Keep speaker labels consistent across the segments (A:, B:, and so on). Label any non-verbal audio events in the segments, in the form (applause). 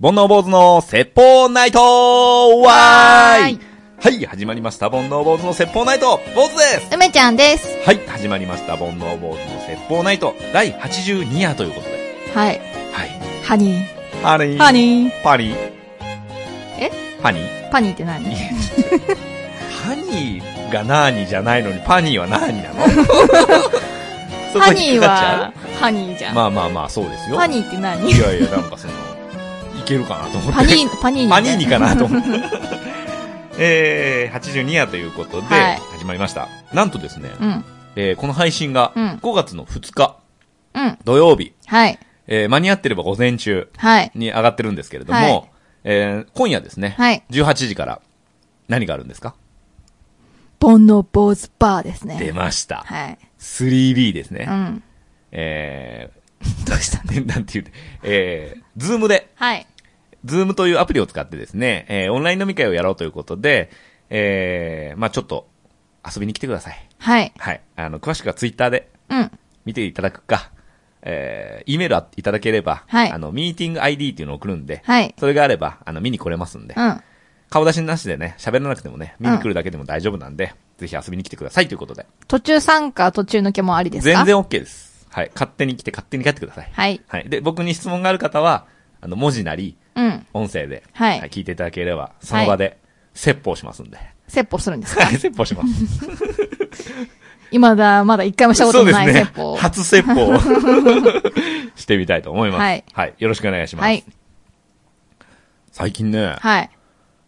A: 煩悩坊主の説法ナイトわーいはい、始まりました。煩悩坊主の説法ナイト坊主です
B: 梅ちゃんです。
A: はい、始まりました。煩悩坊主の説法ナイト第82夜ということで。
B: はい。
A: はい。
B: ハニー。
A: ハリー。
B: ハニー。
A: パリ。
B: え
A: パニー
B: パニーって何
A: ハニーがナーニじゃないのに、パニーはナーニな (laughs) のそこ
B: ハ
A: 引
B: ニー
A: っかかっちゃ
B: は、ハニーじゃ。
A: うんまあまあまあ、そうですよ。
B: パニーっ
A: (laughs)
B: て何
A: いやいや、なんかその、いけるかなと思って。
B: パニー、パニーニね
A: パニーニかな
B: (laughs)
A: と思って。えー、82夜ということで、
B: はい
A: 始まりました。なんとですね、
B: うん。
A: えーこの配信が
B: うん
A: 5月の2日、
B: うん。
A: 土曜日、
B: はい。
A: えー間に合ってれば午前中
B: はい。
A: に上がってるんですけれども、
B: はい
A: えー今夜ですね、
B: はい
A: 18時から何があるんですか
B: 煩悩坊主バーですね。
A: 出ました。
B: はい。
A: 3B ですね。
B: うん。
A: え
B: (laughs)
A: ー、どうしたね、 (laughs) なんて言うて、えー、ズームで、
B: はい。
A: ズームというアプリを使ってですね、えーオンライン飲み会をやろうということで、えー、まあちょっと遊びに来てください。
B: はい。
A: はい。あの、詳しくはツイッターで
B: うん。
A: 見ていただくか、えー、E メールいただければ、
B: はい
A: あの、ミーティング ID っていうのを送るんで、
B: はい。
A: それがあれば、あの、見に来れますんで、
B: うん。
A: 顔出しなしでね、喋らなくてもね、見に来るだけでも大丈夫なんで、ぜひ遊びに来てくださいということで。
B: 途中参加、途中抜けもありですか
A: 全。然 OK です。はい。勝手に来て、勝手に帰ってください。
B: はい。
A: はい。で、僕に質問がある方は、あの、文字なり、
B: うん。
A: 音声で、
B: はい
A: 聞いていただければ、その場で、説法しますんで。 (laughs)
B: 説法するんですか (laughs)
A: はい、説法します。
B: 今だ、まだ一回もしたこ
A: そ
B: と
A: う
B: の
A: です
B: ない
A: ね
B: 説。法。
A: 初説法
B: (laughs)
A: をしてみたいと思います。は
B: はいい。
A: よろしくお願いします。
B: はい。
A: 最近ね、
B: はい。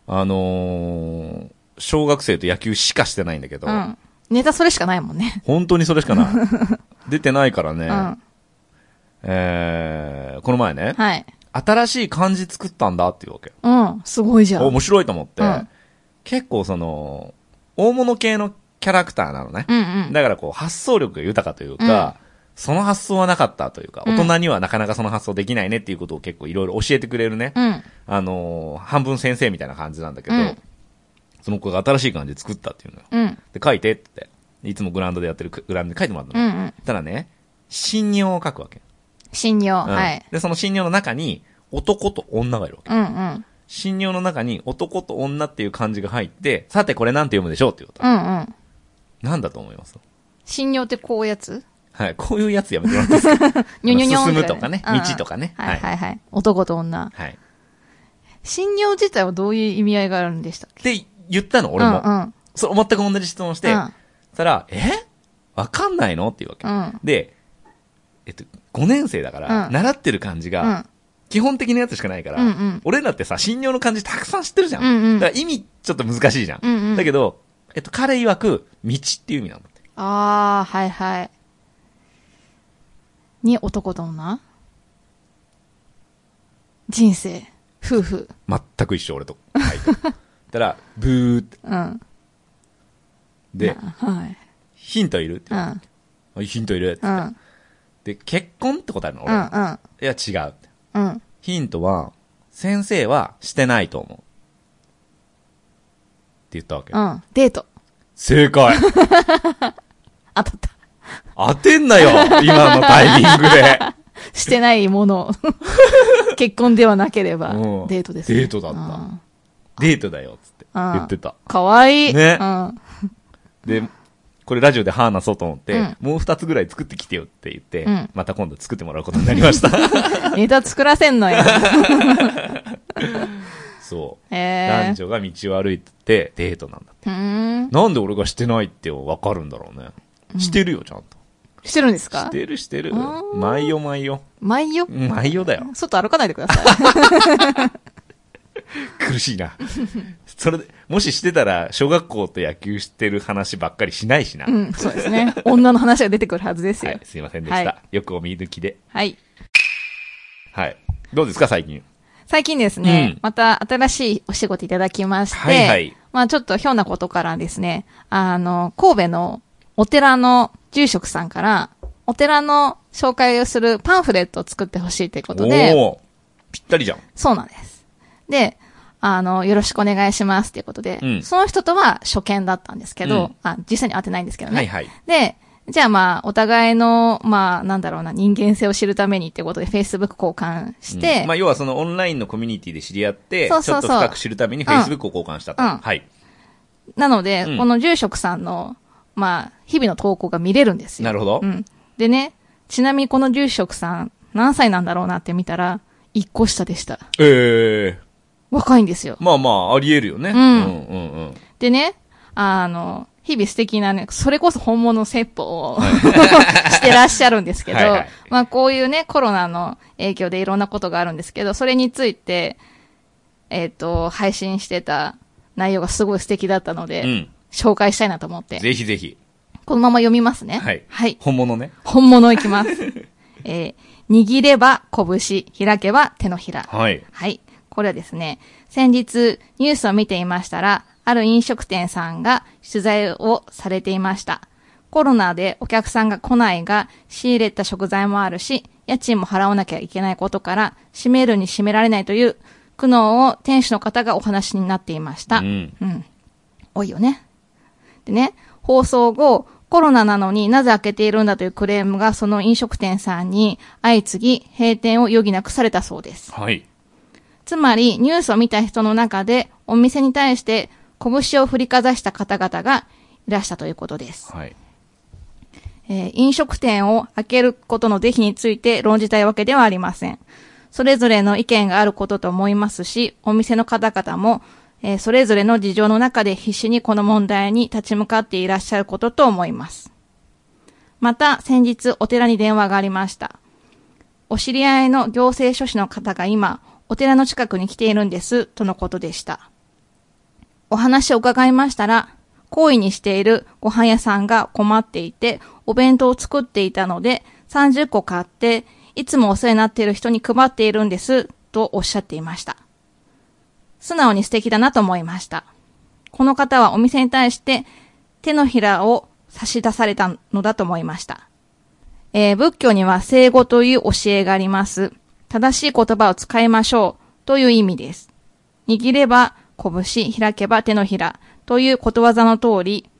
A: あのー小学生と野球しかしてないんだけど、
B: うん。ネタそれしかないもんね。
A: 本当にそれしか
B: (laughs)
A: ない。出てないからね、
B: うん。
A: えー、この前ね、
B: はい。
A: 新しい漢字作ったんだっていうわけ。
B: うん。すごいじゃん。
A: 面白いと思って、
B: うん
A: 結構その、大物系のキャラクターなのね。
B: うんうん。
A: だからこう、発想力が豊かというか、その発想はなかったというか、大人にはなかなかその発想できないねっていうことを結構いろいろ教えてくれるね、
B: うん。
A: あのー半分先生みたいな感じなんだけど、
B: うん
A: その子が新しい感じ作ったっていうのよ。
B: うん。
A: で、書いてって、いつもグラウンドでやってるくグラウンドで書いてもらった
B: う
A: の。
B: んうん。
A: ただね、信用を書くわけ。
B: 信用。
A: うん
B: はい。
A: で、その信用の中に、男と女がいるわけ。
B: うんうん。
A: 信用の中に男と女っていう漢字が入って、さてこれなんて読むでしょうっていうこと。
B: うんうん。
A: なんだと思います
B: 信用ってこういうやつ
A: はい。こういうやつやめてもらっていい
B: (laughs)
A: ですか
B: にょにょにょ
A: 進むとかね道とかね
B: うんうん
A: は
B: はいいはいはい。男と女。
A: はい。
B: 信用自体はどういう意味合いがあるんでしたっけ
A: って言ったの、俺も。
B: うんうん。
A: そう、全く同じ質問して、
B: うん
A: そしたら、えわかんないのっていうわけ。
B: うん
A: で、えっと、5年生だから、
B: うん
A: 習ってる感じ
B: う
A: が
B: ん、。
A: 基本的なやつしかないから、
B: うんうん
A: 俺らってさ、信用の漢字たくさん知ってるじゃん。
B: うんうん
A: だから意味、ちょっと難しいじゃん。
B: うんうん
A: だけど、えっと、彼曰く、道っていう意味なんだって。
B: あー、はいはい。に男と女人生。夫婦。
A: 全く一緒、俺と。はい。たら、ブーって。
B: うん。
A: で、
B: はい。
A: ヒントいるって
B: う
A: 言わ
B: ん。
A: れて。ヒントいるって
B: う
A: 言
B: ん。う
A: っ
B: ん。
A: て。で、結婚って答えるの、
B: う
A: 俺は。い
B: ん。
A: や、違う。
B: うん。
A: ヒントは、先生はしてないと思う。って言ったわけ。
B: うん。デート。
A: 正
B: (laughs)
A: 解
B: 当たった。
A: 当てんなよ今のタイミング
B: (laughs)
A: で
B: してない
A: (laughs)
B: もの。結婚ではなければ
A: うん、
B: デートですね。
A: デートだった
B: うん
A: デートだよっつって
B: うん
A: 言ってた。
B: かわいい。
A: ね
B: うん。
A: で、これラジオで話そうと思って、
B: うん
A: もう二つぐらい作ってきてよって言って、
B: うん
A: また今度作ってもらうことになりました。
B: (laughs) ネタ作らせん
A: (laughs)
B: のよ。
A: そう。
B: え
A: 男女が道を歩いててデートなんだって。
B: ー。うーん。
A: なんで俺がしてないってわかるんだろうね。してるよ、ちゃんと。
B: してるんですか
A: してるしてる。
B: うん
A: 毎夜毎夜。
B: 毎夜
A: 毎夜だよ。
B: 外歩かないでくだ
A: (laughs)
B: さい。
A: 苦しいな。 (laughs) それで、もししてたら、小学校と野球してる話ばっかりしないしな。
B: うん、そうですね。女の話が出てくるはずです
A: は
B: よ
A: い、。すいませんでした。
B: は
A: よくお見抜きで。
B: はい。
A: はい。どうですか、最近。
B: 最近ですね、
A: うん
B: また新しいお仕事いただきまして、
A: はいはい
B: まあちょっとひょんなことからですね、あの、神戸のお寺の住職さんから、お寺の紹介をするパンフレットを作ってほしいということで、
A: おーぴったりじゃん。
B: そうなんです。で、あの、よろしくお願いしますっていうことで、
A: うん
B: その人とは初見だったんですけど、
A: うん
B: あ実際に会ってないんですけどね。
A: はいはい。
B: で、じゃあまあ、お互いの、まあ、なんだろうな、人間性を知るためにってことで、Facebook 交換して、
A: うんまあ、要はそのオンラインのコミュニティで知り合って、
B: そうそうそう
A: ちょっと深く知るために Facebook を交換したと。
B: うん
A: はい。
B: なので、
A: うん
B: この住職さんの、まあ、日々の投稿が見れるんですよ。
A: なるほど。
B: うん。でね、ちなみにこの住職さん、何歳なんだろうなって見たら、一個下でした。
A: ええ
B: 若いんですよ。
A: まあまあ、あり得るよね。
B: うん
A: うん、うん、うん。
B: でね、あの、日々素敵なね、それこそ本物の説法を (laughs) してらっしゃるんですけど、
A: はいはい
B: まあこういうね、コロナの影響でいろんなことがあるんですけど、それについて、えっ、と、配信してた内容がすごい素敵だったので、
A: うん
B: 紹介したいなと思って、
A: ぜひぜひ。
B: このまま読みますね。
A: はい。
B: はい。
A: 本物ね。
B: 本物いきます。 (laughs) えー握れば拳、開けば手のひら。
A: はい。
B: はい。これはですね、先日ニュースを見ていましたら、ある飲食店さんが取材をされていました。コロナでお客さんが来ないが、仕入れた食材もあるし、家賃も払わなきゃいけないことから、閉めるに閉められないという苦悩を店主の方がお話になっていました。
A: うん。
B: うん。多いよね。でね、放送後、コロナなのになぜ開けているんだというクレームがその飲食店さんに相次ぎ閉店を余儀なくされたそうです。
A: はい。
B: つまり、ニュースを見た人の中で、お店に対して拳を振りかざした方々がいらしたということです。
A: はい。
B: えー飲食店を開けることの是非について論じたいわけではありません。それぞれの意見があることと思いますし、お店の方々も、えーそれぞれの事情の中で必死にこの問題に立ち向かっていらっしゃることと思います。また、先日お寺に電話がありました。お知り合いの行政書士の方が今、お寺の近くに来ているんです、とのことでした。お話を伺いましたら、行為にしているご飯屋さんが困っていて、お弁当を作っていたので、30個買って、いつもお世話になっている人に配っているんです、とおっしゃっていました。素直に素敵だなと思いました。この方はお店に対して、手のひらを差し出されたのだと思いました。えー仏教には聖語という教えがあります。正しい言葉を使いましょうという意味です。握れば拳、開けば手のひらということわざの通り、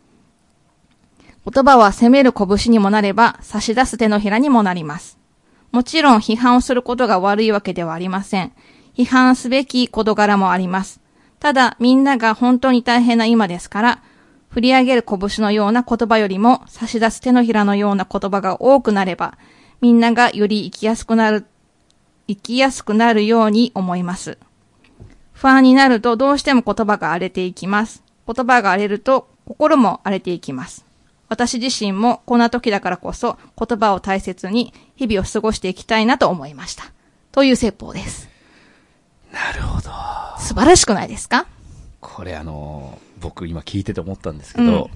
B: 言葉は攻める拳にもなれば差し出す手のひらにもなります。もちろん批判をすることが悪いわけではありません。批判すべき事柄もあります。ただ、みんなが本当に大変な今ですから、振り上げる拳のような言葉よりも差し出す手のひらのような言葉が多くなれば、みんながより生きやすくなる、生きやすくなるように思います。不安になるとどうしても言葉が荒れていきます。言葉が荒れると心も荒れていきます。私自身もこんな時だからこそ言葉を大切に日々を過ごしていきたいなと思いました。という説法です。
A: なるほど。
B: 素晴らしくないですか
A: これあのー僕今聞いてて思ったんですけど、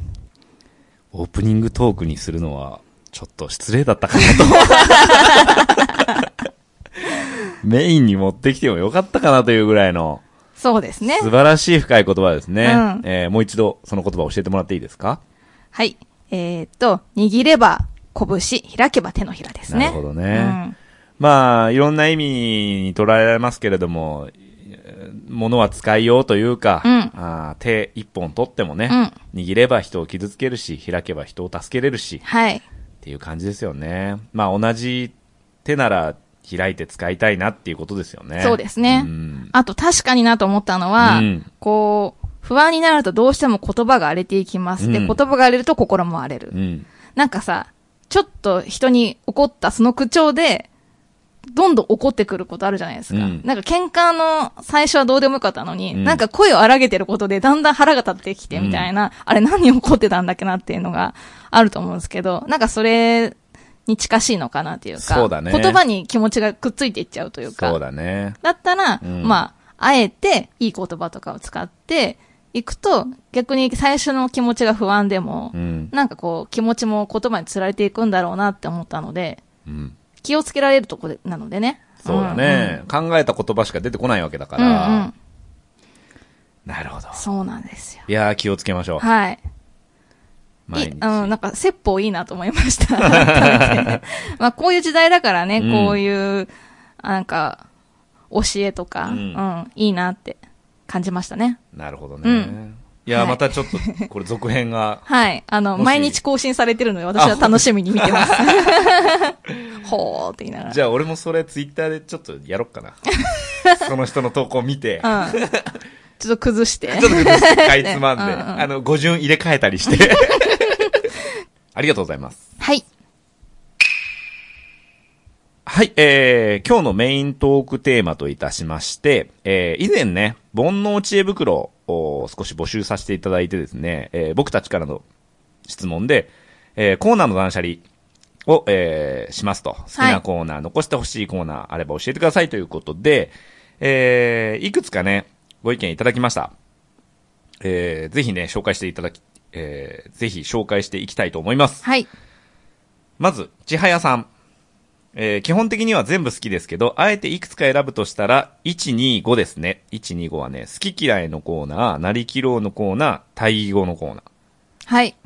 A: オープニングトークにするのは、ちょっと失礼だったかな
B: (laughs)
A: と。メインに持ってきてもよかったかなというぐらいの、
B: そうですね。
A: 素晴らしい深い言葉ですね。
B: うん
A: えーもう一度その言葉を教えてもらっていいですか
B: はい。えー、っと、握れば拳、開けば手のひらです
A: な
B: ね。
A: るほどねまあ、いろんな意味に捉えられますけれども、えー物は使いようというか、
B: うん
A: あー手一本取ってもね、握れば人を傷つけるし、開けば人を助けれるし
B: うん。、はい。
A: っていう感じですよね。まあ、同じ手なら開いて使いたいなっていうことですよね。
B: そうですね
A: うん
B: あと確かになと思ったのは、
A: うん
B: こう、不安になるとどうしても言葉が荒れていきます。で、
A: うん
B: 言葉が荒れると心も荒れる。
A: うん。
B: なんかさ、ちょっと人に怒ったその口調で、どんどん怒ってくることあるじゃないですか。
A: うん
B: なんか喧嘩の最初はどうでもよかったのに、
A: うん
B: なんか声を荒げてることでだんだん腹が立ってきてみたいな、あれ何怒ってたんだっけなっていうのがあると思うんですけど、なんかそれに近しいのかなっていうか、
A: そうだね
B: 言葉に気持ちがくっついていっちゃうというか、
A: そうだね。
B: だったら、
A: うん
B: まあ、あえて、いい言葉とかを使って、いくと、逆に最初の気持ちが不安でも、
A: うん。
B: なんかこう、気持ちも言葉につられていくんだろうなって思ったので、
A: うん。
B: 気をつけられるとこでなのでね。
A: そうだね、考えた言葉しか出てこないわけだか
B: うんうん。
A: ら、
B: うんうん。
A: なるほど。
B: そうなんですよ。
A: いやー、気をつけましょう。
B: はい。い
A: 毎
B: い
A: 日。
B: あの、なんか、説法いいなと思いました。 (laughs) 改めてまあ、こういう時代だからね、
A: うん
B: こういう、なんか、教えとか、
A: う
B: うんん、いいなって感じましたね。
A: なるほどね。
B: うん
A: いや、
B: はい、
A: またちょっと、これ続編が
B: (laughs) はい。あの、
A: もし
B: 毎日更新されてるので、私は楽しみに見てます。 (laughs) ほーって言いなが
A: じゃあ俺もそれツイッターでちょっとやろっか
B: (laughs)
A: な。その人の投稿見て、
B: ら。うん。ちょっと崩して
A: (laughs) ち。ょっとかいつまんで、
B: ねうんうん
A: あの、語順入れ替えたり
B: (laughs)
A: して。ありがとうございます。
B: はい。
A: はい、えー、今日のメイントークテーマといたしまして、えー、以前ね、煩悩知恵袋を少し募集させていただいてですね、えー、僕たちからの質問で、えー、コーナーの断捨離を、えー、しますと。好きなコーナー、残してほしいコーナーあれば教えてくださいということで、えー、いくつかね、ご意見いただきました。えー、ぜひね、紹介していただき、えー、ぜひ紹介していきたいと思います。
B: はい。
A: まず、ちはやさん。えー基本的には全部好きですけど、あえていくつか選ぶとしたら、125ですね。125はね、好き嫌いのコーナー、なりきろうのコーナー、対義語のコーナー。
B: はい。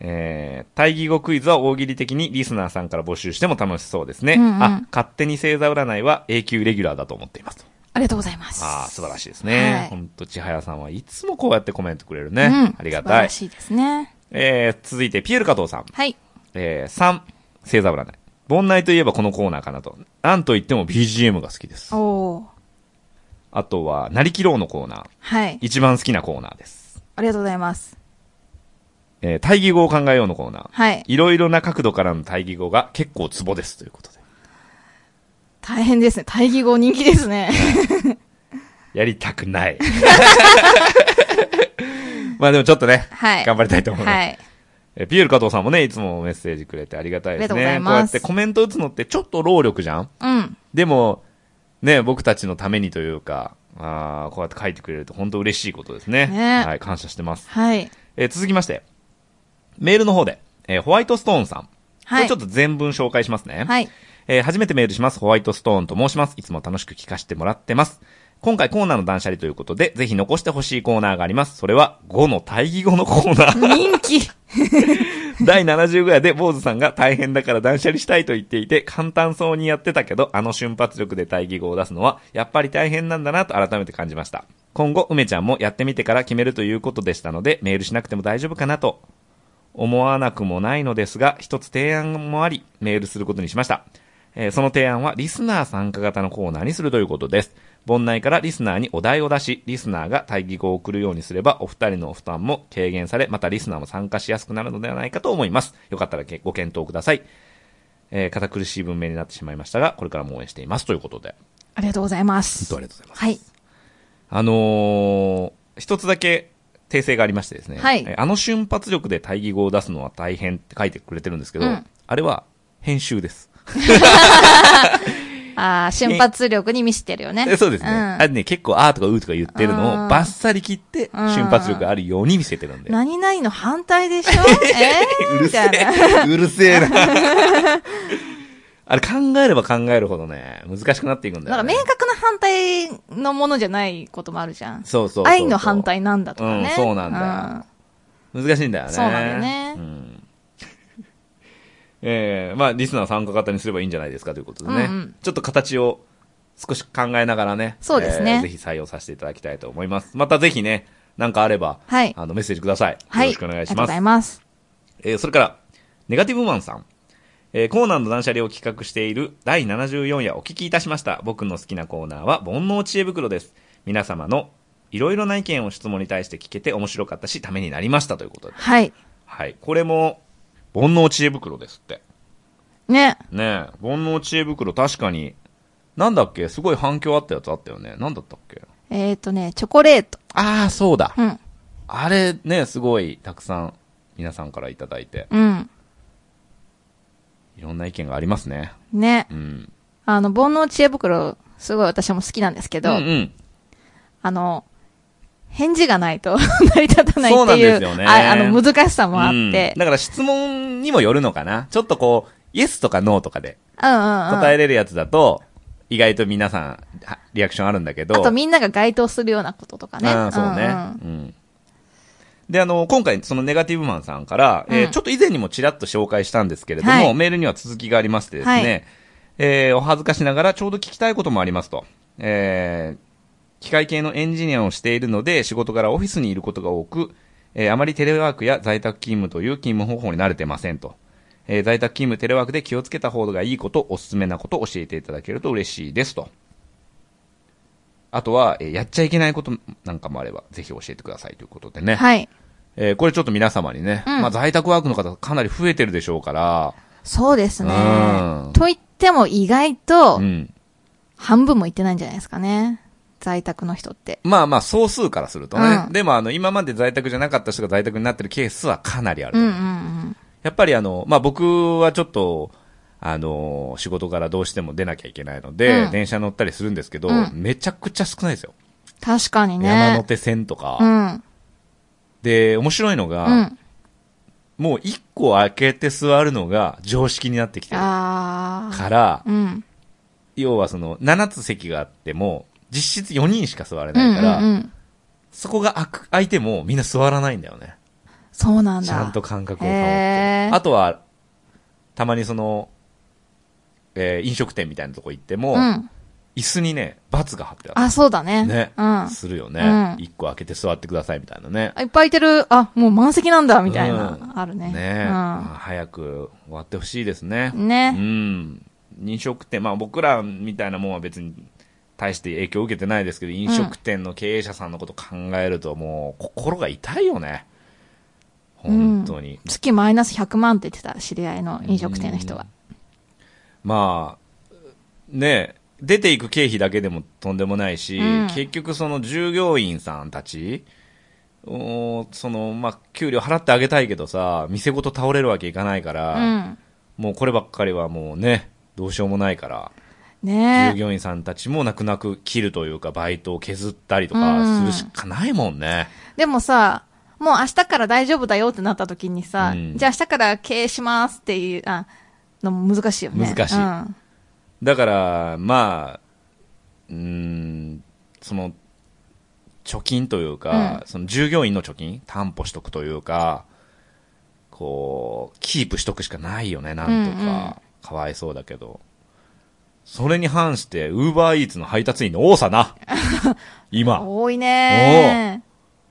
A: えー、対義語クイズは大喜利的にリスナーさんから募集しても楽しそうですね。
B: うんうん
A: あ、勝手に星座占いは永久レギュラーだと思っています。
B: ありがとうございます。
A: ああ、素晴らしいですね。
B: はい
A: ほんと、ちはやさんはいつもこうやってコメントくれるね。
B: うん。
A: ありが
B: 素晴
A: たい
B: ら。しいですね。
A: えー、続いて、ピエール加藤さん。
B: はい。
A: えー、3、星座占い。盆内といえばこのコーナーかなと。なんといっても BGM が好きです。
B: おー。
A: あとは、なりきろうのコーナー。
B: はい。
A: 一番好きなコーナーです。
B: ありがとうございます。
A: えー、対義語を考えようのコーナー。
B: はい。
A: いろいろな角度からの対義語が結構ツボですということで。
B: 大変ですね。対義語人気ですね。
A: やりたくない。
B: (laughs)
A: まあでもちょっとね、
B: はい。
A: 頑張りたいと思います。
B: はい。
A: えーピエール加藤さんもね、いつもメッセージくれてありがたいです
B: ありが
A: ね。
B: とう
A: こ
B: ござ
A: う
B: い
A: や
B: ま
A: っ
B: す
A: てコメント打つのってちょっと労力じゃん
B: うん。
A: でも、ね、僕たちのためにというか、あーこうやって書いてくれると本当嬉しいことですね。
B: ね
A: はい、感謝してます。
B: はい。
A: えー続きまして、メールの方で、えーホワイトストーンさん。
B: はい。
A: これちょっと全文紹介しますね。
B: はい。
A: えー初めてメールします。ホワイトストーンと申します。いつも楽しく聞かせてもらってます。今回コーナーの断捨離ということで、ぜひ残してほしいコーナーがあります。それは、5の対義語のコーナー。
B: 人気。
A: (laughs) 第70ぐらいで坊主さんが大変だから断捨離したいと言っていて、簡単そうにやってたけど、あの瞬発力で対義語を出すのは、やっぱり大変なんだなと改めて感じました。今後、梅ちゃんもやってみてから決めるということでしたので、メールしなくても大丈夫かなと思わなくもないのですが、一つ提案もあり、メールすることにしました。えーその提案は、リスナー参加型のコーナーにするということです。盆内からリスナーにお題を出し、リスナーが対義語を送るようにすれば、お二人の負担も軽減され、またリスナーも参加しやすくなるのではないかと思います。よかったらけご検討ください。えー堅苦しい文明になってしまいましたが、これからも応援しています。ということで。
B: ありがとうございます。
A: 本当ありがとうございます
B: はい。
A: あのー一つだけ訂正がありましてですね。
B: はい
A: えーあの瞬発力で対義語を出すのは大変って書いてくれてるんですけど、
B: うん
A: あれは編集です。
B: ああ、瞬発力に見せてるよね。
A: えそうですね。
B: ん
A: あれね、結構あーとかうーとか言ってるの
B: う
A: を
B: ん
A: バッサリ切って瞬発力があるように見せてるんで。
B: 何々の反対で
A: (laughs)
B: しょえー、
A: うる
B: み
A: せ
B: たいな。
A: え。 (laughs) うるせえな。あれ考えれば考えるほどね、難しくなっていくんだ
B: なん
A: よね
B: か明。確な反対のものじゃないこともあるじゃん。
A: そうそうそうそう
B: 愛の反対なんだとかね。
A: うんそうなんだ難しいんだよね。
B: そうなんだよね
A: うん、 (laughs) ええまあ、リスナー参加型にすればいいんじゃないですかということでね。
B: うんうん
A: ちょっと形を少し考えながらね。
B: そうです
A: え
B: ね
A: ーぜひ採用させていただきたいと思います。またぜひね、なんかあれば、
B: はい
A: あの、メッセージください。
B: は
A: よ
B: い。
A: ろしくお願いし
B: ありがとう
A: ます
B: ござい。ます。
A: えーそれから、ネガティブマンさん。えーコーナーの断捨離を企画している第74夜お聞きいたしました。僕の好きなコーナーは、煩悩知恵袋です。皆様のいろいろな意見を質問に対して聞けて面白かったし、ためになりましたということで。
B: はい。
A: はい。これも、煩悩知恵袋ですって。
B: ね。
A: ねえ、煩悩知恵袋確かに、なんだっけすごい反響あったやつあったよね。なんだったっけ
B: えっ、とね、チョコレート。
A: ああ、そうだ。
B: うん。
A: あれね、すごいたくさん皆さんからいただいて、
B: うん。
A: いろんな意見がありますね。
B: ね。
A: うん。
B: あの、煩悩知恵袋、すごい私も好きなんですけ
A: う
B: ど、
A: んうん。
B: あの、返事がないと (laughs) 成り立たない
A: そう
B: っ
A: な
B: て
A: ん
B: い
A: です
B: う、
A: よね
B: ああの、難しさもあっ
A: う
B: て
A: ん。だから質問にもよるのかなちょっとこう、イエスとかノーとかで
B: うん、うんうんうん
A: 答えれるやつだと、意外と皆さん、はリアクションあるんだけど。
B: あとみんなが該当するようなこととかね。
A: ああそうね。
B: ん
A: うんで、あの、今回、そのネガティブマンさんから、えー
B: うん
A: ちょっと以前にもちらっと紹介したんですけれども、
B: はい
A: メールには続きがありましてですね、
B: はい
A: えーお恥ずかしながらちょうど聞きたいこともありますと、えー機械系のエンジニアをしているので、仕事からオフィスにいることが多く、えーあまりテレワークや在宅勤務という勤務方法に慣れてませんと。えー在宅勤務、テレワークで気をつけた方がいいこと、おすすめなことを教えていただけると嬉しいですと。あとは、えーやっちゃいけないことなんかもあれば、ぜひ教えてくださいということでね。
B: はい。
A: えーこれちょっと皆様にね、
B: うん
A: まあ在宅ワークの方かなり増えてるでしょうから、
B: そうですね
A: うん。
B: と言っても意外と
A: うん。
B: 半分も行ってないんじゃないですかね。在宅の人って。
A: まあまあ、総数からするとね。
B: うん
A: でも、あの、今まで在宅じゃなかった人が在宅になってるケースはかなりあると
B: うん
A: 思
B: う
A: う。
B: んうん。
A: やっぱりあの、まあ僕はちょっと、あの、仕事からどうしても出なきゃいけないので、
B: うん
A: 電車乗ったりするんですけど、
B: うん
A: めちゃくちゃ少ないですよ。
B: 確かにね。
A: 山手線とか。
B: うん。
A: で、面白いのが、
B: うん。
A: もう一個開けて座るのが常識になってきてるか
B: ああ。
A: ら、
B: うん。
A: 要はその、7つ席があっても、実質4人しか座れ
B: う
A: ない
B: ん。
A: から、
B: うんうん。
A: そこが開く開いてもみんな座らないんだよね。
B: そうなんだ。
A: ちゃんと感覚を保っ
B: へ
A: て
B: ー。
A: あとは、たまにその、えー飲食店みたいなとこ行っても、
B: うん。
A: 椅子にね、罰が貼ってあ
B: あ、そうだね。
A: る。ね
B: う。ん。
A: するよね。
B: うん
A: 一、個開けて座ってくださいみたいなね。
B: あいっぱいいてる、あ、もう満席なんだ、みたいな、
A: う
B: あるね。
A: ねまあ早く終わってほしいですね。
B: うん。
A: う
B: ね。
A: ん。飲食店、まあ僕らみたいなもんは別に大して影響を受けてないですけど、飲食店の経営者さんのこと考えるともう心が痛いよね。本当に。
B: 月マイナス100万って言ってた、知り合いの飲食店の人は。
A: まあ、ねえ出ていく経費だけでもとんでもないし、
B: うん
A: 結局その従業員さんたち、おーその、まあ、給料払ってあげたいけどさ、店ごと倒れるわけいかないか
B: う
A: ら、
B: ん。
A: もうこればっかりはもうね、どうしようもないから、
B: ね
A: 従業員さんたちも泣く泣く切るというか、バイトを削ったりとかするしかないもんね。
B: でもさ、もう明日から大丈夫だよってなった時にさ、
A: うん
B: じゃあ明日から経営しますっていう、あ、のも難しいよね。
A: 難しい
B: うん。
A: だから、まあ、うーん、その、貯金というか、その従業員の貯金、担保しとくというか、こう、キープしとくしかないよね、なんとか。
B: うんうん
A: かわいそうだけど。それに反して、ウーバーイーツの配達員の多さ
B: (laughs)
A: な。今。
B: 多いね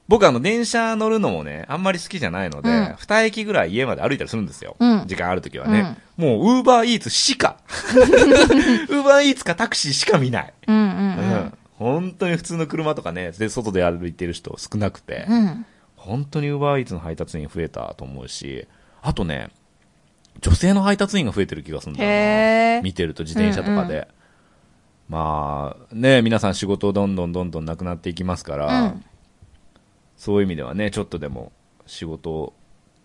A: 僕あの、電車乗るのもね、あんまり好きじゃないので、
B: うん
A: 二駅ぐらい家まで歩いたりするんですよ。
B: うん
A: 時間あるときはね。もう、ウーバーイーツし
B: (laughs)
A: か。ウーバーイーツかタクシーしか見ない。
B: うんうん
A: う
B: う
A: ん
B: ん。
A: 本当に普通の車とかね、で、外で歩いてる人少なくて、
B: うん。
A: 本当に Uber Eats の配達員増えたと思うし、あとね、女性の配達員が増えてる気がするんだよ
B: へ
A: な。
B: ー
A: 見てると自転車とかで。
B: うん
A: まあ、ね、皆さん仕事どんどんどんどんなくなっていきますから、
B: うん
A: そういう意味ではね、ちょっとでも仕事を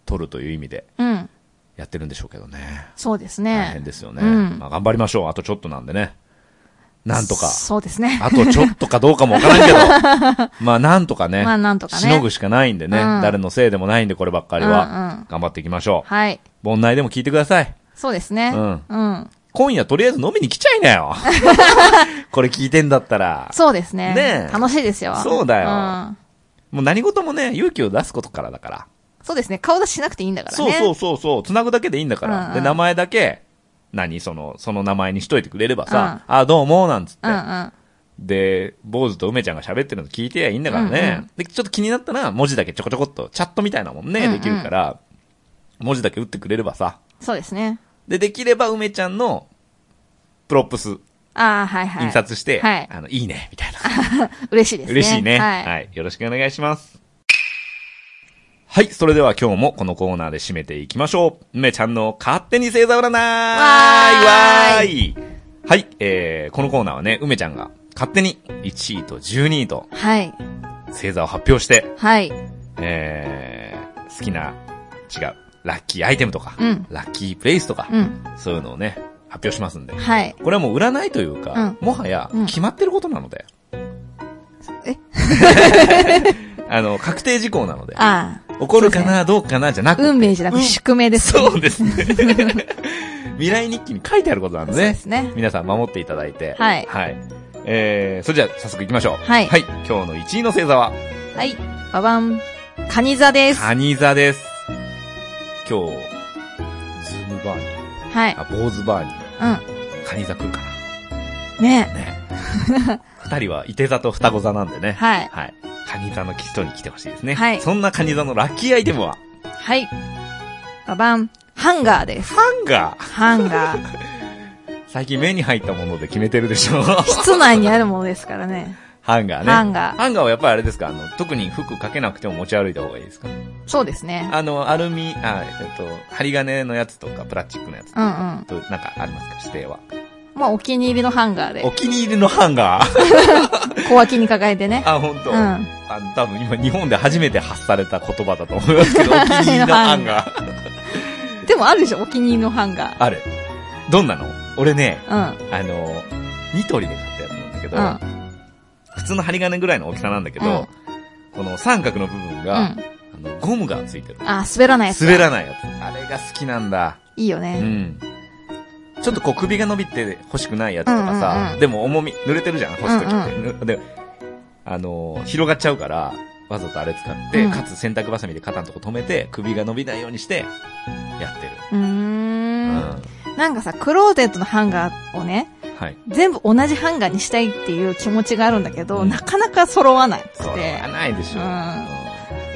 A: 取るという意味で
B: うん。
A: やってるんでしょうけどね。
B: そうです
A: 大変
B: ね。
A: ですよね。
B: うん
A: まあ頑張りましょう。あとちょっとなんでね。なんとか。
B: そうですね。
A: あとちょっとかどうかもわからん
B: (laughs)
A: けど、まあなんとかね、
B: まあなんとかね
A: しのぐしかないんでね、
B: うん
A: 誰のせいでもないんでこればっかり
B: うんう
A: は
B: ん、
A: 頑張っていきましょう。
B: はい。
A: 盆内でも聞いてください。
B: そうですね。
A: うん
B: うん。
A: 今夜とりあえず飲みに来ちゃいなよ。
B: (laughs)
A: これ聞いてんだったら。
B: そうですね。
A: ねえ
B: 楽しいですよ。
A: そうだよ
B: ん
A: もう何事もね、勇気を出すことからだから。
B: そうですね。顔出ししなくていいんだから
A: そう
B: ね。
A: そうそうそう、繋ぐだけでいいんだから。
B: うんうん
A: で、名前だけ、何その、その名前にしといてくれればさ、あ、どうも、なんつって。
B: うんうん。
A: で、坊主と梅ちゃんが喋ってるの聞いてやいいんだからね。
B: うん
A: で、
B: う
A: ちょっと気になったら、文字だけちょこちょこっと、チャットみたいなもんね、
B: うんう
A: で
B: ん
A: きるから、文字だけ打ってくれればさ。
B: そうですね。
A: で、できれば梅ちゃんの、プロップス、
B: ああ、はいはい。
A: 印刷して、
B: はい
A: あの、いいね、みたいな。
B: 嬉しいですね。
A: 嬉しいね、
B: は
A: はいい。。よろしくお願いします。はい、それでは今日もこのコーナーで締めていきましょう。梅ちゃんの勝手に星座占い
B: わー
A: わーいはい、えー、このコーナーはね、梅ちゃんが勝手に1位と12位と
B: はい。
A: 星座を発表して、
B: はい。
A: えー、好きな、違う、ラッキーアイテムとか、
B: うん
A: ラッキープレイスとか、
B: うん。
A: そういうのをね、発表しますんで。
B: はい。
A: これはもう占いというか、もはや
B: うん
A: 決まってることなので。
B: え
A: (laughs) あの、確定事項なので。
B: ああ。
A: 起こるかな、どうかな、じゃなくて。
B: 運命じゃなく
A: うん
B: 宿命ですね。
A: そうですね。 (laughs) 未来日記に書いてあることなんで
B: そうで
A: ね。
B: すね。
A: 皆さん守っていただいて。
B: はい
A: えー、それじゃあ早速行きましょう。
B: はい
A: はい。今日の1位の星座は、
B: はい。ババン。カニ座です。
A: カニ座です。今日、ズームバーに、
B: はい。
A: あ、坊主バーに、
B: う
A: カニ座来るか
B: ん。ね
A: な。ね。二人はいて座と双子座なんでね。
B: はい
A: はい。カニ座の人に来てほしいですね。
B: はい
A: そんなカニ座のラッキーアイテムは、
B: はい。ババン。ハンガーです。
A: ハンガー。
B: ハンガー。
A: 最近目に入ったもので決めてるでし (laughs) ょ。
B: 室内にあるものですからね。
A: ハンガーね。
B: ハンガー
A: ハンガーはやっぱりあれですかあの、特に服かけなくても持ち歩いた方がいいですか
B: そうですね。
A: あの、アルミ、あ、えっと、針金のやつとか、プラスチックのやつと
B: うんう
A: か、
B: ん。
A: となんかありますか指定は。
B: まあ、お気に入りのハンガー
A: お
B: で、
A: 気に入りのハンガー。 (laughs)
B: 小脇に抱えてね。
A: あ、本当。
B: うん
A: あの、多分今日本で初めて発された言葉だと思います (laughs) けど、お気に入りのハンガー。
B: でもあるでしょ、お気に入りのハンガ
A: ある。どんなの俺ね、
B: ー。
A: あの、ニトリで買ったやつなんだけど、
B: うん。うん。
A: 普通の針金ぐらいの大きさなんだけど、この三角の部分
B: う
A: が、
B: ん。
A: あのゴムがついてる。
B: あ、滑らないやつ。
A: 滑らないやつ。あれが好きなんだ。
B: いいよ
A: う
B: ね。
A: ん。ちょっとこう首が伸びて欲しくないやつとかさ、
B: うんうんうん
A: でも重み、濡れてるじゃん、干すときって。ぬで、あのー広がっちゃうから、わざとあれ使って、
B: うん
A: かつ洗濯バサミで肩のとこ止めて、首が伸びないようにして、やってる。
B: う
A: う
B: ー。
A: んん
B: なんかさ、クローゼットのハンガーをね、
A: はい。
B: 全部同じハンガーにしたいっていう気持ちがあるんだけど、
A: うん
B: なかなか揃わないっつ
A: そ
B: っ
A: れ
B: て
A: は。ないでしょ。
B: うん
A: う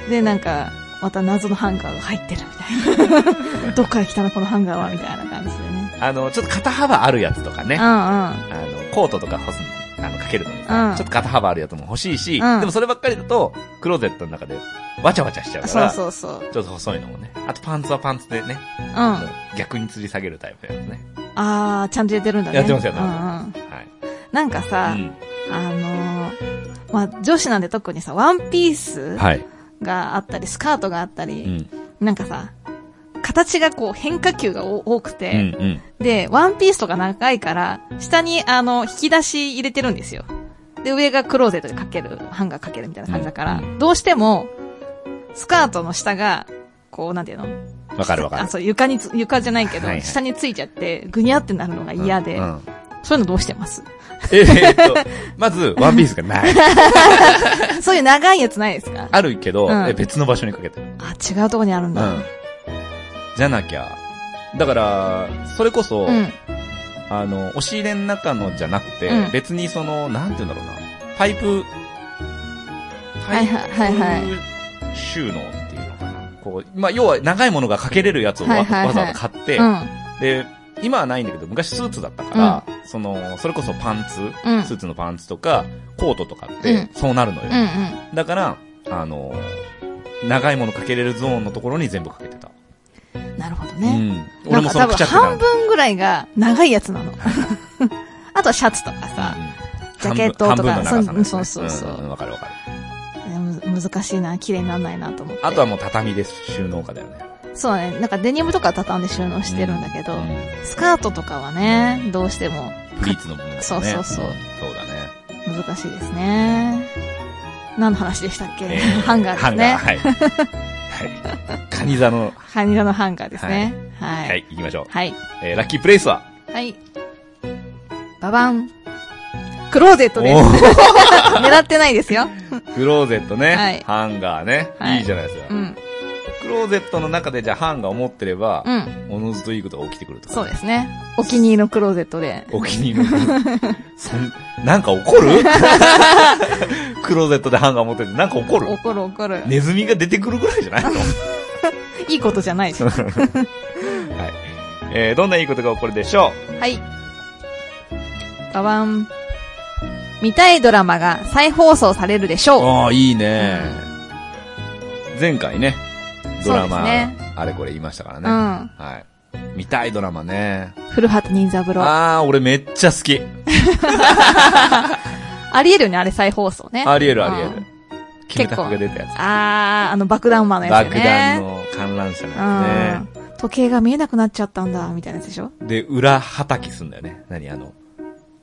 B: で、なんか、また謎のハンガーが入ってるみたい
A: (laughs)
B: な。どっから来たのこのハンガーはみたいな感じでね。
A: んあの、ちょっと肩幅あるやつとかね。
B: う
A: あ
B: んうん。
A: の、コートとか干すの、あの、かけるのにさ、
B: うん
A: ちょっと肩幅あるやつも欲しいし、
B: うん
A: でもそればっかりだと、クローゼットの中で、わちゃわちゃしちゃうか
B: そう
A: ら、
B: そうそう。
A: ちょっと細いのもね。あとパンツはパンツでね、
B: うん。
A: あ
B: あ
A: の逆に吊り下げるタイプのやつね。
B: あー、ちゃんとやってるんだね。
A: やってますやって
B: うんう
A: ま
B: ん。
A: す。はい。
B: なんかさ、あのー、まあ、女子なんで特にさ、ワンピー
A: う
B: ス
A: んはい。
B: があったり、スカートがあった
A: う
B: り、
A: ん。
B: なんかさ、形がこう変化球がお多く
A: うん
B: て、
A: うん。
B: で、ワンピースとか長いから、下にあの、引き出し入れてるんですよ。で、上がクローゼットでかける、ハンガーかけるみたいな感じだから、
A: うん
B: どうしても、スカートの下が、こう、なんていうの
A: わかるわか
B: あ、
A: る。
B: そう、床につ、床じゃないけど、
A: はいはい
B: 下についちゃって、ぐにゃってなるのが嫌で、
A: うんうん
B: そういうのどうしてます
A: えーっと、 (laughs) まず、ワンピースがない。
B: (laughs) そういう長いやつないですか
A: あるけど、
B: うん
A: え別の場所にかけてる。
B: あ、違うとこにあるん
A: う
B: だ。
A: ん。じゃなきゃ、だから、それこそ、
B: うん。
A: あの、押し入れの中のじゃなくて、
B: うん
A: 別にその、なんて言うんだろうな、パイプ、
B: はいはいはいはい
A: パイプ収納っていうのかな。こう、まあ、要は長いものがかけれるやつをわ,、
B: はいはいはい
A: わざわざ買って、
B: うん。
A: で、今はないんだけど、昔スーツだったから、その、それこそパンツ、
B: うん
A: スーツのパンツとか、コートとかっ
B: う
A: て
B: ん、
A: そうなるのよ。
B: うん
A: だから、あの、長いものかけれるゾーンのところに全部かけてた。
B: うん。なるほどね。
A: うん。俺もその
B: なん
A: くちゃくちゃ
B: か多分
A: な
B: 半
A: の。
B: 分ぐらいが長いやつなの。 (laughs) あとはシャツとかさ、
A: うん
B: ジャケットとか
A: 半分半分の長さのやつね
B: そうそうそうそうん
A: んわかるわかる。
B: うん難しいな、綺麗にならないなと思って。
A: あとはもう畳で収納家だよね。
B: そうね、なんかデニムとかは畳んで収納してるんだけど、
A: うん
B: スカートとかはね、どうしても
A: プリーツの部分だね。
B: そうそうそうん
A: そうだね。
B: 難しいですね。何の話でしたっけ、
A: え
B: ハンガーですね。
A: ハンガ
B: (laughs)
A: ー、はい。はい。カニ座の、
B: ハニダのハンガーですね。は。
A: はいい、行きましょう。
B: はい。
A: えーラッキープレイスは
B: はい。ババン。クローゼットです。
A: おー
B: (laughs) 狙ってないですよ。
A: クローゼットね。
B: はい
A: ハンガーね。
B: はい
A: いいじゃないですか。
B: うん。
A: クローゼットの中でじゃあハンガーを持ってれば、
B: うん。
A: おのずといいことが起きてくるとか。
B: そうですね。お気に入りのクローゼットで。
A: お気に入りの。
B: (laughs)
A: そん、なんか怒る (laughs) クローゼットでハンガー持ってて、なんか怒る
B: 怒る怒る。
A: ネズミが出てくるぐらいじゃない
B: (laughs)
A: の
B: いいことじゃないし。は
A: はい。えーどんないいことが起こるでしょ
B: い。ババン。見たいドラマが再放送されるでし
A: う
B: ょう。
A: ああ、いいね。前回ね、ドラマ、
B: そうです
A: あれこれ言いましたから
B: う
A: ね。
B: ん。
A: はい。見たいドラマね。
B: 古畑任三郎。
A: ああ、俺めっちゃ好き。
B: ありえるよね、あれ再放送ね。
A: ありえるありえ
B: う
A: る
B: ん。
A: キムタクが出たやつ。
B: あー、あの爆弾魔のやつよ
A: 爆
B: ね。
A: 弾の観覧車のや
B: うん時計が見えなくなっちゃったんだ、みたいなやつでしょ
A: つね。で、裏叩きすんだよね。何あの、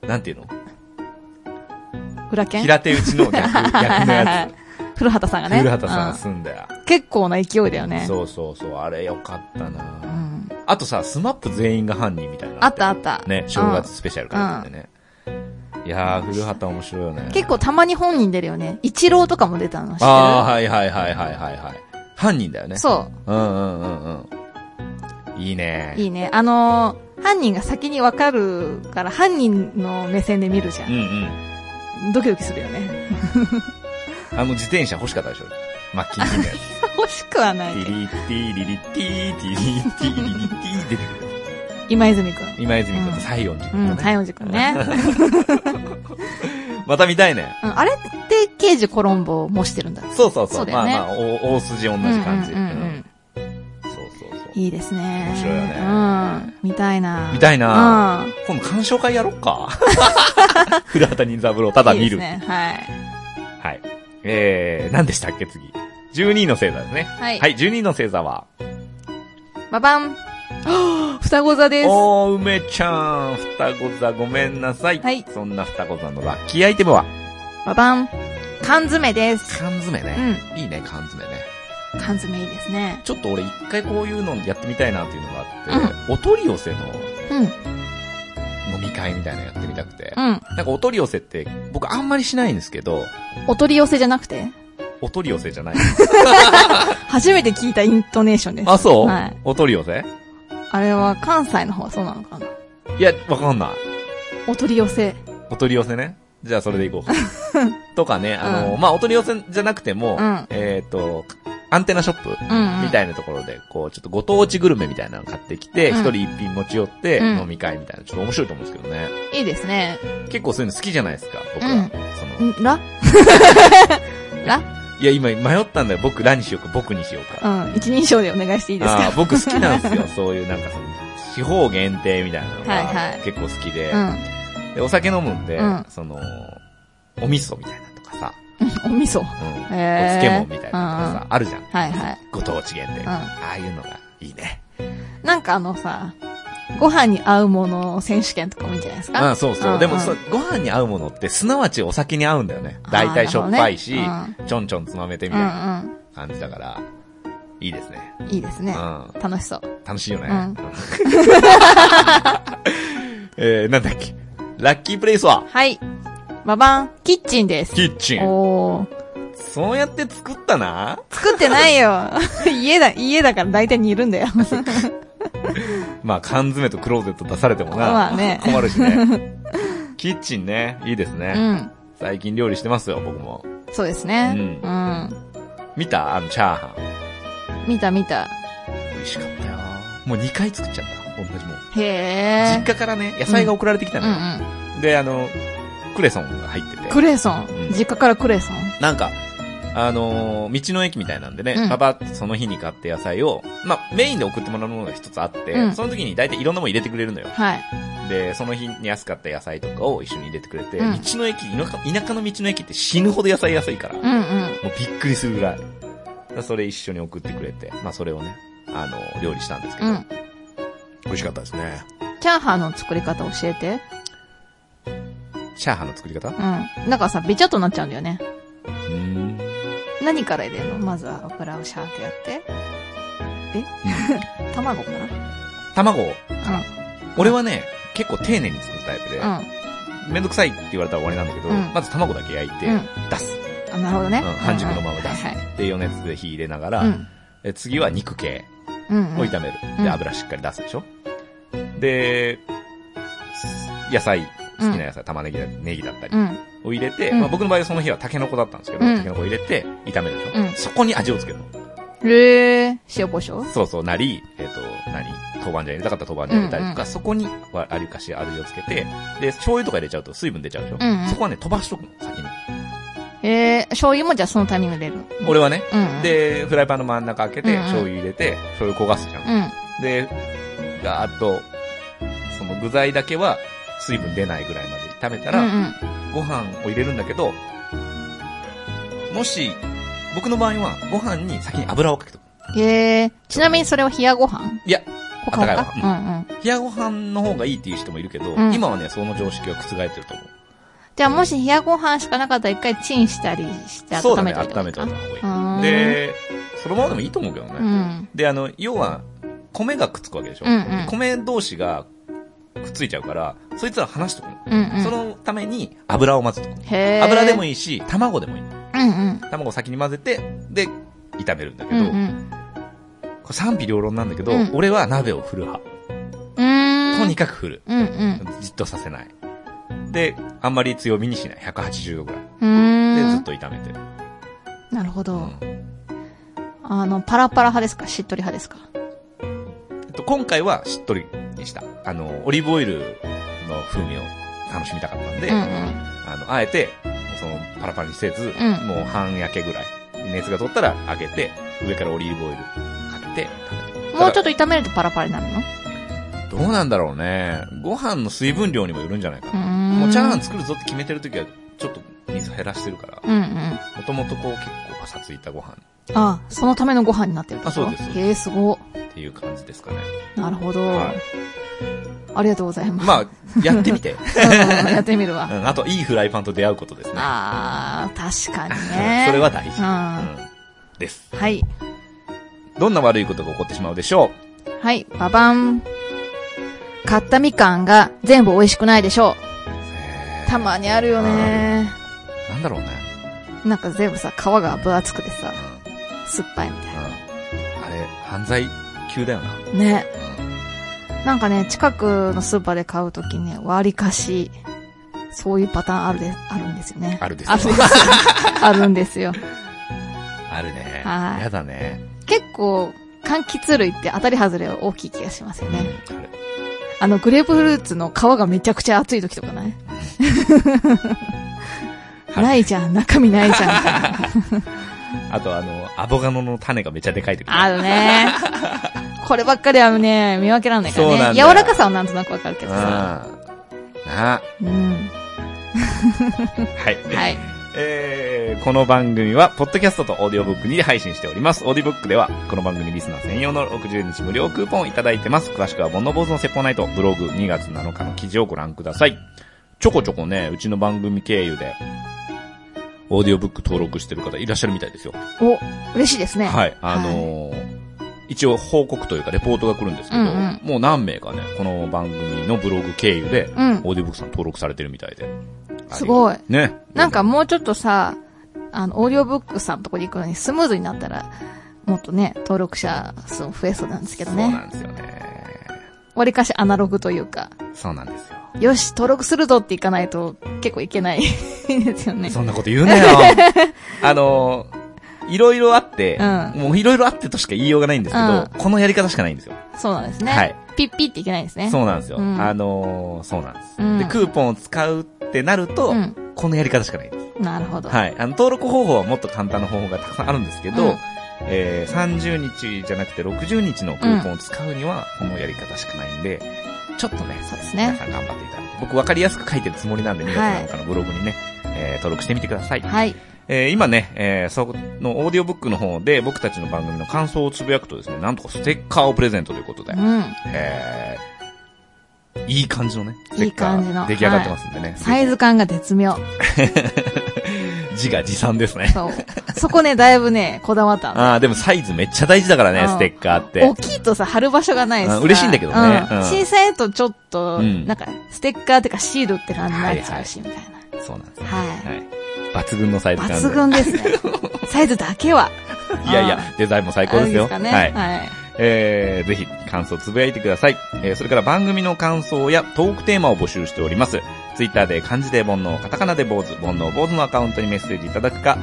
A: なんていうの
B: 裏剣
A: 平手打ちの
B: (laughs)
A: 逆、逆のや
B: 古畑さんが
A: つ。
B: ね。
A: 古畑さんが
B: う
A: すんだよ。
B: ん結構な勢いだよね。
A: そうそうそう、あれよかった
B: う
A: な、
B: ん。
A: あとさ、スマップ全員が犯人みたいなの
B: あったあった。
A: ね、正月スペシャルからでね。いやー、古畑面白いよね
B: う。ん結構たまに本人出るよね。一郎とかも出たの知ってる
A: ああ、はいはいはいはいはいはい。犯人だよね。
B: そ
A: うんうんうんうん。いいね。
B: う。いいね。あのー、犯人が先にわかるから、犯人の目線で見るじゃ
A: うん
B: ん。
A: うん。
B: ドキドキするよ
A: (laughs)
B: ね。
A: あの自転車欲しかったでしょマッキンジーのやつ。
B: 欲しくはな
A: テ
B: い
A: ィ
B: けど。
A: リティリリティティリティリリティ出てくる。
B: 今泉くん。
A: 今泉君と西園寺
B: う
A: 君
B: ん、
A: がね。
B: 西園寺くん
A: (laughs)
B: ね。
A: また見たいね。
B: うんあれって刑事コロンボもしてるんだ。
A: そうそう
B: そ
A: そうう。
B: だよ
A: まあ
B: ね
A: まあ、お大筋同じ感じ。
B: うんうんうんうん
A: うんそうそうそう。
B: いいですね。
A: 面白いよね
B: うん。見たいな。
A: 見たいな
B: うん。
A: 今度鑑賞会やろっか。 (laughs) 古畑任三郎、ただ見
B: いいです
A: る。
B: ね。はい。
A: はい。えー、何でしたっけ次。12位の星座ですね。
B: はい
A: はい、12位の星座は、
B: ババン。 (gasps) 双子座です。
A: おー、梅ちゃん、双子座ごめんなさい。
B: はい
A: そんな双子座のラッキーアイテムは、
B: ババン。缶詰です。
A: 缶詰
B: う
A: ね。
B: ん。
A: いいね、缶詰ね。
B: 缶詰いいですね。
A: ちょっと俺一回こういうのやってみたいなっていうのがあって、お取り寄せの
B: うん。
A: 飲み会みたいなのやってみたくて。
B: うん。
A: なんかお取り寄せって僕あんまりしないんですけど、
B: お取り寄せじゃなくて
A: お取り寄せじゃ
B: (laughs)
A: ない。
B: 初めて聞いたイントネーションです。
A: あ、そう、
B: はい
A: お取り寄せ
B: あれは関西の方はそうなのかない
A: や、わかんない。
B: お取り寄せ。
A: お取り寄せね。じゃあそれでいこうか。 (laughs) とかね、あの、
B: う
A: まあ、お取り寄せじゃなくても、
B: うん
A: えっ、と、アンテナショップ
B: うん、うん。
A: みたいなところで、こう、ちょっとご当地グルメみたいなの買ってきて、
B: うん
A: 一、人一品持ち寄って、
B: うん
A: 飲み会みたいな、ちょっと面白いと思うんですけどね。
B: いいですね。
A: 結構そういうの好きじゃないですか、僕は。
B: うん
A: その、
B: んら
A: いや、今迷ったんだよ。僕らにしようか、僕にしようか。
B: うん。一人称でお願いしていいです
A: あ
B: か
A: ー僕好きなんですよ。そういうなんかその、地方限定みたいなの
B: はいは
A: が
B: い
A: 結構好きで、
B: (laughs) う
A: でお酒飲むんで、
B: うん
A: その、お味噌みたいなのとかさ、
B: ん。お味噌。
A: うん、お
B: へ
A: 漬
B: ー
A: 物みたいなのとかさ、あるじゃん。
B: はいはい。
A: ご当地限定。
B: うん
A: ああいうのがいいね。
B: なんかあのさ、ご飯に合うもの選手権とかもいいんじゃないですか
A: あそうそう。
B: うん
A: でも
B: うん
A: そ、ご飯に合うものって、すなわちお酒に合うんだよね。だいたいしょっぱいし、
B: あー
A: ちょんちょんつまめてみ
B: う
A: たい
B: ん
A: な感じだから、いいですね。
B: うんうん。いいです
A: う
B: ね。
A: ん。
B: 楽しそう。
A: 楽しいよね。
B: うん
A: (laughs) えー、なんだっけ。ラッキープレイスは、
B: はい。ババン、キッチンです。
A: キッチン。
B: おー。
A: そうやって作ったな。
B: 作ってないよ。 (laughs) 家だ、家だから大体煮るんだよ。
A: まあ、缶詰とクローゼット出されてもな。
B: まあね
A: 困るし
B: (laughs)
A: ね。キッチンね、いいです
B: (laughs) う
A: ね。
B: ん。
A: 最近料理してますよ、僕も。
B: そうですね。
A: う
B: うん。
A: 見たあの、チャーハン。
B: 見た見た。
A: 美味しかったよ。もう2回作っちゃった。同じもん。
B: へ
A: 実
B: え。
A: 家からね、野菜が送られてきた
B: う
A: のよ。
B: んうん。
A: で、あの、クレソンが入ってて。
B: クレソン
A: うん。
B: 実家からクレソン。
A: なんか、あのー道の駅みたいなんでね
B: う、ん
A: パパってその日に買って野菜を、まあ、メインで送ってもらうものが一つあって、
B: うん
A: その時に大体いろんなもの入れてくれるのよ。
B: はい。
A: で、その日に安かった野菜とかを一緒に入れてくれて、
B: うん
A: 道の駅、田舎田舎の道の駅って死ぬほど野菜安いから、
B: う
A: もうん
B: うん。
A: びっくりするぐらい。だからそれ一緒に送ってくれて、まあ、それをね、あのー料理したんですけ
B: う
A: ど、
B: ん。
A: 美味しかったですね。
B: チャーハンの作り方教えて。
A: チャーハンの作り方
B: うん。なんかさ、べちゃっとなっちゃうんだよね。
A: うん。
B: 何から入れるのまずはオクラをシャーってやって。え (laughs) 卵かな
A: 卵を俺はね、結構丁寧に作るタイプで、
B: うん。
A: めんどくさいって言われたら終わりなんだけど、
B: うん
A: まず卵だけ焼いて、
B: うん
A: 出す。
B: あ、なるほどね。
A: うん半熟のまま出す
B: はいはい
A: で、余熱で火入れながら、
B: うん。
A: え次は肉系
B: うん。
A: を炒める。
B: うん
A: で、油しっかり出すでしょ。で、す野菜、好きな野菜、玉ねぎだったり、ネギだったり
B: うん。
A: を入れて、
B: うん
A: まあ、僕の場合はその日はタケノコだったんですけど、
B: うん
A: タケノコ入れて炒めるでしょ。
B: うん
A: そこに味をつけるの。
B: へー、塩胡椒
A: そうそう、なり、えっ、と、何豆板醤入れたかったら豆板醤入れたりとか、
B: う
A: そこにはありかし味をつけて、で、醤油とか入れちゃうと水分出ちゃうでしょ。
B: うんうん
A: そこはね、飛ばしとくの、先に。
B: へー、醤油もじゃあそのタイミングで入れる。
A: 俺はね、
B: うん。、
A: で、フライパンの真ん中開けて、
B: うんうん
A: 醤油入れて、醤油焦がすじゃん。
B: うん。
A: で、ガーッと、その具材だけは水分出ないぐらいまで炒めたら、
B: うんうん。
A: ご飯を入れるんだけど、もし、僕の場合は、ご飯に先に油をかけとく。
B: へえ、ちなみにそれは冷やご飯
A: いや、
B: ほかほ
A: 温
B: か
A: か
B: う
A: い
B: ん
A: ご
B: うん。
A: 冷やご飯の方がいいっていう人もいるけど、
B: うん
A: 今はね、その常識は覆ってると思う。
B: じゃあもし冷やご飯しかなかったら一回チンしたりして
A: そう
B: 温
A: だ
B: め
A: ね、
B: たりとか。
A: 温めておいた方
B: う
A: が
B: ー
A: いい。
B: ん
A: で、そのままでもいいと思うけどね。
B: うん。
A: で、あの、要は、米がくっつくわけでしょ。
B: うんうん
A: 米同士がくっついちゃうから、そいつら離しておくの。
B: うんうん。
A: そのために油を混ぜておく。
B: へえ。
A: 油でも
B: いい。
A: いいし、卵でもいい。
B: うんうん。
A: 卵を先に混ぜて、で、炒めるんだけ
B: う
A: ど、
B: んうん。
A: これ賛否両論なんだけど、
B: うん
A: 俺は鍋を振る派。
B: うーん。
A: とにかく振る。
B: うんうん。
A: じっとさせない。で、あんまり強火にしない。180度ぐらい。
B: う
A: で、
B: ー
A: ずっ
B: ん。
A: と炒めてる。
B: なるほ
A: う
B: ど
A: ん。
B: あの、パラパラ派ですかしっとり派ですか
A: えっと、今回はしっとりにした。あの、オリーブオイルの風味を楽しみたかったんで、
B: うんうん。
A: あの、あえて、その、パラパラにせず、
B: うん
A: もう半焼けぐらい。熱が取ったら揚げて、上からオリーブオイルかけて食べてる
B: もうちょ
A: だ
B: っと炒めるとパラパラになるのう
A: からどうなんだろうね。ご飯の水分量にもよるんじゃないか
B: ー
A: な。
B: ん。
A: もうチャーハン作るぞって決めてるときは、ちょっと水減らしてるから、
B: うんうん。
A: もともとこう結構パサついたご飯
B: あそのためのご飯になってるってこと
A: あそうです
B: へえ、すご。
A: っていう感じですかね。
B: なるほど。
A: はい
B: ありがとうござ
A: (laughs)
B: います。
A: まあ、やってみ
B: (laughs)
A: て。
B: うんやってみる
A: う
B: わ。
A: ん、あと、いいフライパンと出会うことですね。
B: あー、確かに
A: (laughs)
B: ね。
A: それは大事。
B: うん
A: うんです。
B: はい。
A: どんな悪いことが起こってしまうでしょ
B: はい、ババン。買ったみかんが全部美味しくないでしょ
A: う
B: う。たまにあるよね。
A: なんだろうね。
B: なんか全部さ、皮が分厚くてさ
A: う、ん。
B: 酸っぱいみたい
A: うんあれ、犯罪級だよな。
B: な。ね。なんかね、近くのスーパーで買うときね、割りかし、そういうパターンあるで、あるんですよね。
A: あるです
B: あるんですよ。あるんですよ。
A: あるね。
B: はい
A: やだね。
B: 結構、柑橘類って当たり外れ大きい気がしますよね。
A: あれ
B: あの、グレープフルーツの皮がめちゃくちゃ厚い時とかないないじゃん、中身ないじゃんみたいな。
A: あと、あの、アボカドの種がめちゃでかい時。
B: あるね。こればっかりはね、見分けられないか
A: そうな
B: ら
A: んだ
B: ね。柔
A: よ
B: らかさはなんとなくわかるけ
A: うん。
B: どさ。
A: なあ。
B: うん。
A: はい。
B: はい。
A: えー、この番組は、ポッドキャストとオーディオブックにて配信しております。オーディオブックでは、この番組リスナー専用の60日無料クーポンをいただいてます。詳しくは、ボンノボーズの説法ナイト、ブログ2月7日の記事をご覧ください。ちょこちょこね、うちの番組経由で、オーディオブック登録してる方いらっしゃるみたいですよ。
B: お、嬉しいですね。
A: はい。あのー一応報告というか、レポートが来るんですけど、
B: うんうん
A: もう何名かね、この番組のブログ経由で、
B: うん
A: オーディオブックさん登録されてるみたいで。
B: すごい。
A: ね。
B: なんかもうちょっとさ、あの、オーディオブックさんのとこに行くのにスムーズになったら、もっとね、登録者数も増えそうなんですけど
A: そうな
B: ね。
A: んですよね。
B: わりかしアナログというか、
A: そうなんですよ。
B: よし、登録するぞっていかないと結構いけない (laughs) ですよね。
A: そんなこと言う
B: (laughs)
A: なよ。あのーいろいろあって、
B: う
A: もういろいろあってとしか言いようがないんですけど、
B: うん
A: このやり方しかないんですよ。
B: そうなんですね。
A: はい
B: ピッピっていけないですね。
A: そうなんですよ。
B: うん
A: あのーそうなんです、
B: うん
A: で、クーポンを使うってなると、
B: うん
A: このやり方しかないです。
B: なるほど。
A: はい。あの、登録方法はもっと簡単な方法がたくさんあるんですけど、
B: うん
A: えー、30日じゃなくて60日のクーポンを使うには、このやり方しかないんで、ちょっとね、
B: そうです
A: 皆
B: ね。
A: さん頑張っていただいて、僕わかりやすく書いてるつもりなんで、2月7日のブログにね、えー登録してみてください。
B: はい。
A: えー今ね、えーそのオーディオブックの方で僕たちの番組の感想をつぶやくとですね、なんとかステッカーをプレゼントということで、
B: うん。
A: えーいい感じのね、ステ
B: い
A: ッ
B: い
A: カー
B: 感じの
A: が出来上がってますんでね。
B: サイズ感が絶妙。
A: 字が持参ですね。 (laughs)
B: そう。そこね、だいぶね、こだわったの。
A: ああ、でもサイズめっちゃ大事だからね、
B: うん
A: ステッカーって。
B: 大きいとさ、貼る場所がないし
A: う
B: さ。
A: ん嬉しいんだけどね
B: うん
A: うん
B: 小さいとちょっと、
A: うん
B: なんか、ステッカーってかシールって感じになっちゃうし、みたい
A: そうなんです
B: な。
A: よ。
B: は
A: はい。抜群のサイ
B: い。
A: ズ感で。
B: 抜群 (laughs) ですね。サイズだけは。
A: いやいや、デザインも最高ですよ。
B: あれです
A: は
B: か
A: い
B: ね。。はい。
A: えー、ぜひ感想つぶやいてください。えー、それから番組の感想やトークテーマを募集しております。ツイッターで漢字で煩悩、カタカナで坊主、煩悩坊主のアカウントにメッセージいただくか、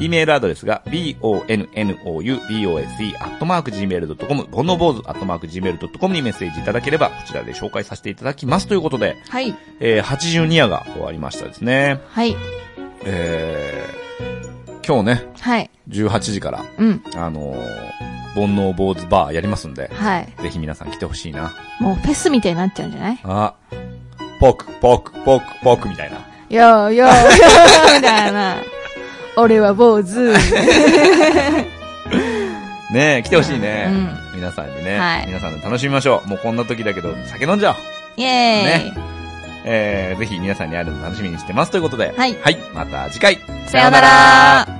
A: e メールアドレスが bonoubose.gmail.com、煩悩坊主 .gmail.com にメッセージいただければ、こちらで紹介させていただきますということで、
B: はい。
A: えー、82夜が終わりましたですね。
B: はい。
A: えー、今日ね、
B: はい。
A: 18時から、
B: うん。
A: あのー、煩悩坊主バーやりますんで、
B: はい。
A: ぜひ皆さん来てほしいな。
B: もうフェスみたいになっちゃうんじゃない
A: あ、ポーク、ポーク、ポーク、ポークみたいな。
B: よーよーよーみたいな。俺は坊主。
A: ねえ、来てほしいね。
B: うん
A: 皆さんにね、
B: はい
A: 皆さんで楽しみましょう。もうこんな時だけど、酒飲んじゃおう。
B: イェーイ。
A: えー、ぜひ皆さんに会えるの楽しみにしてますということで。
B: はい
A: はい、また次回。
B: さようなら。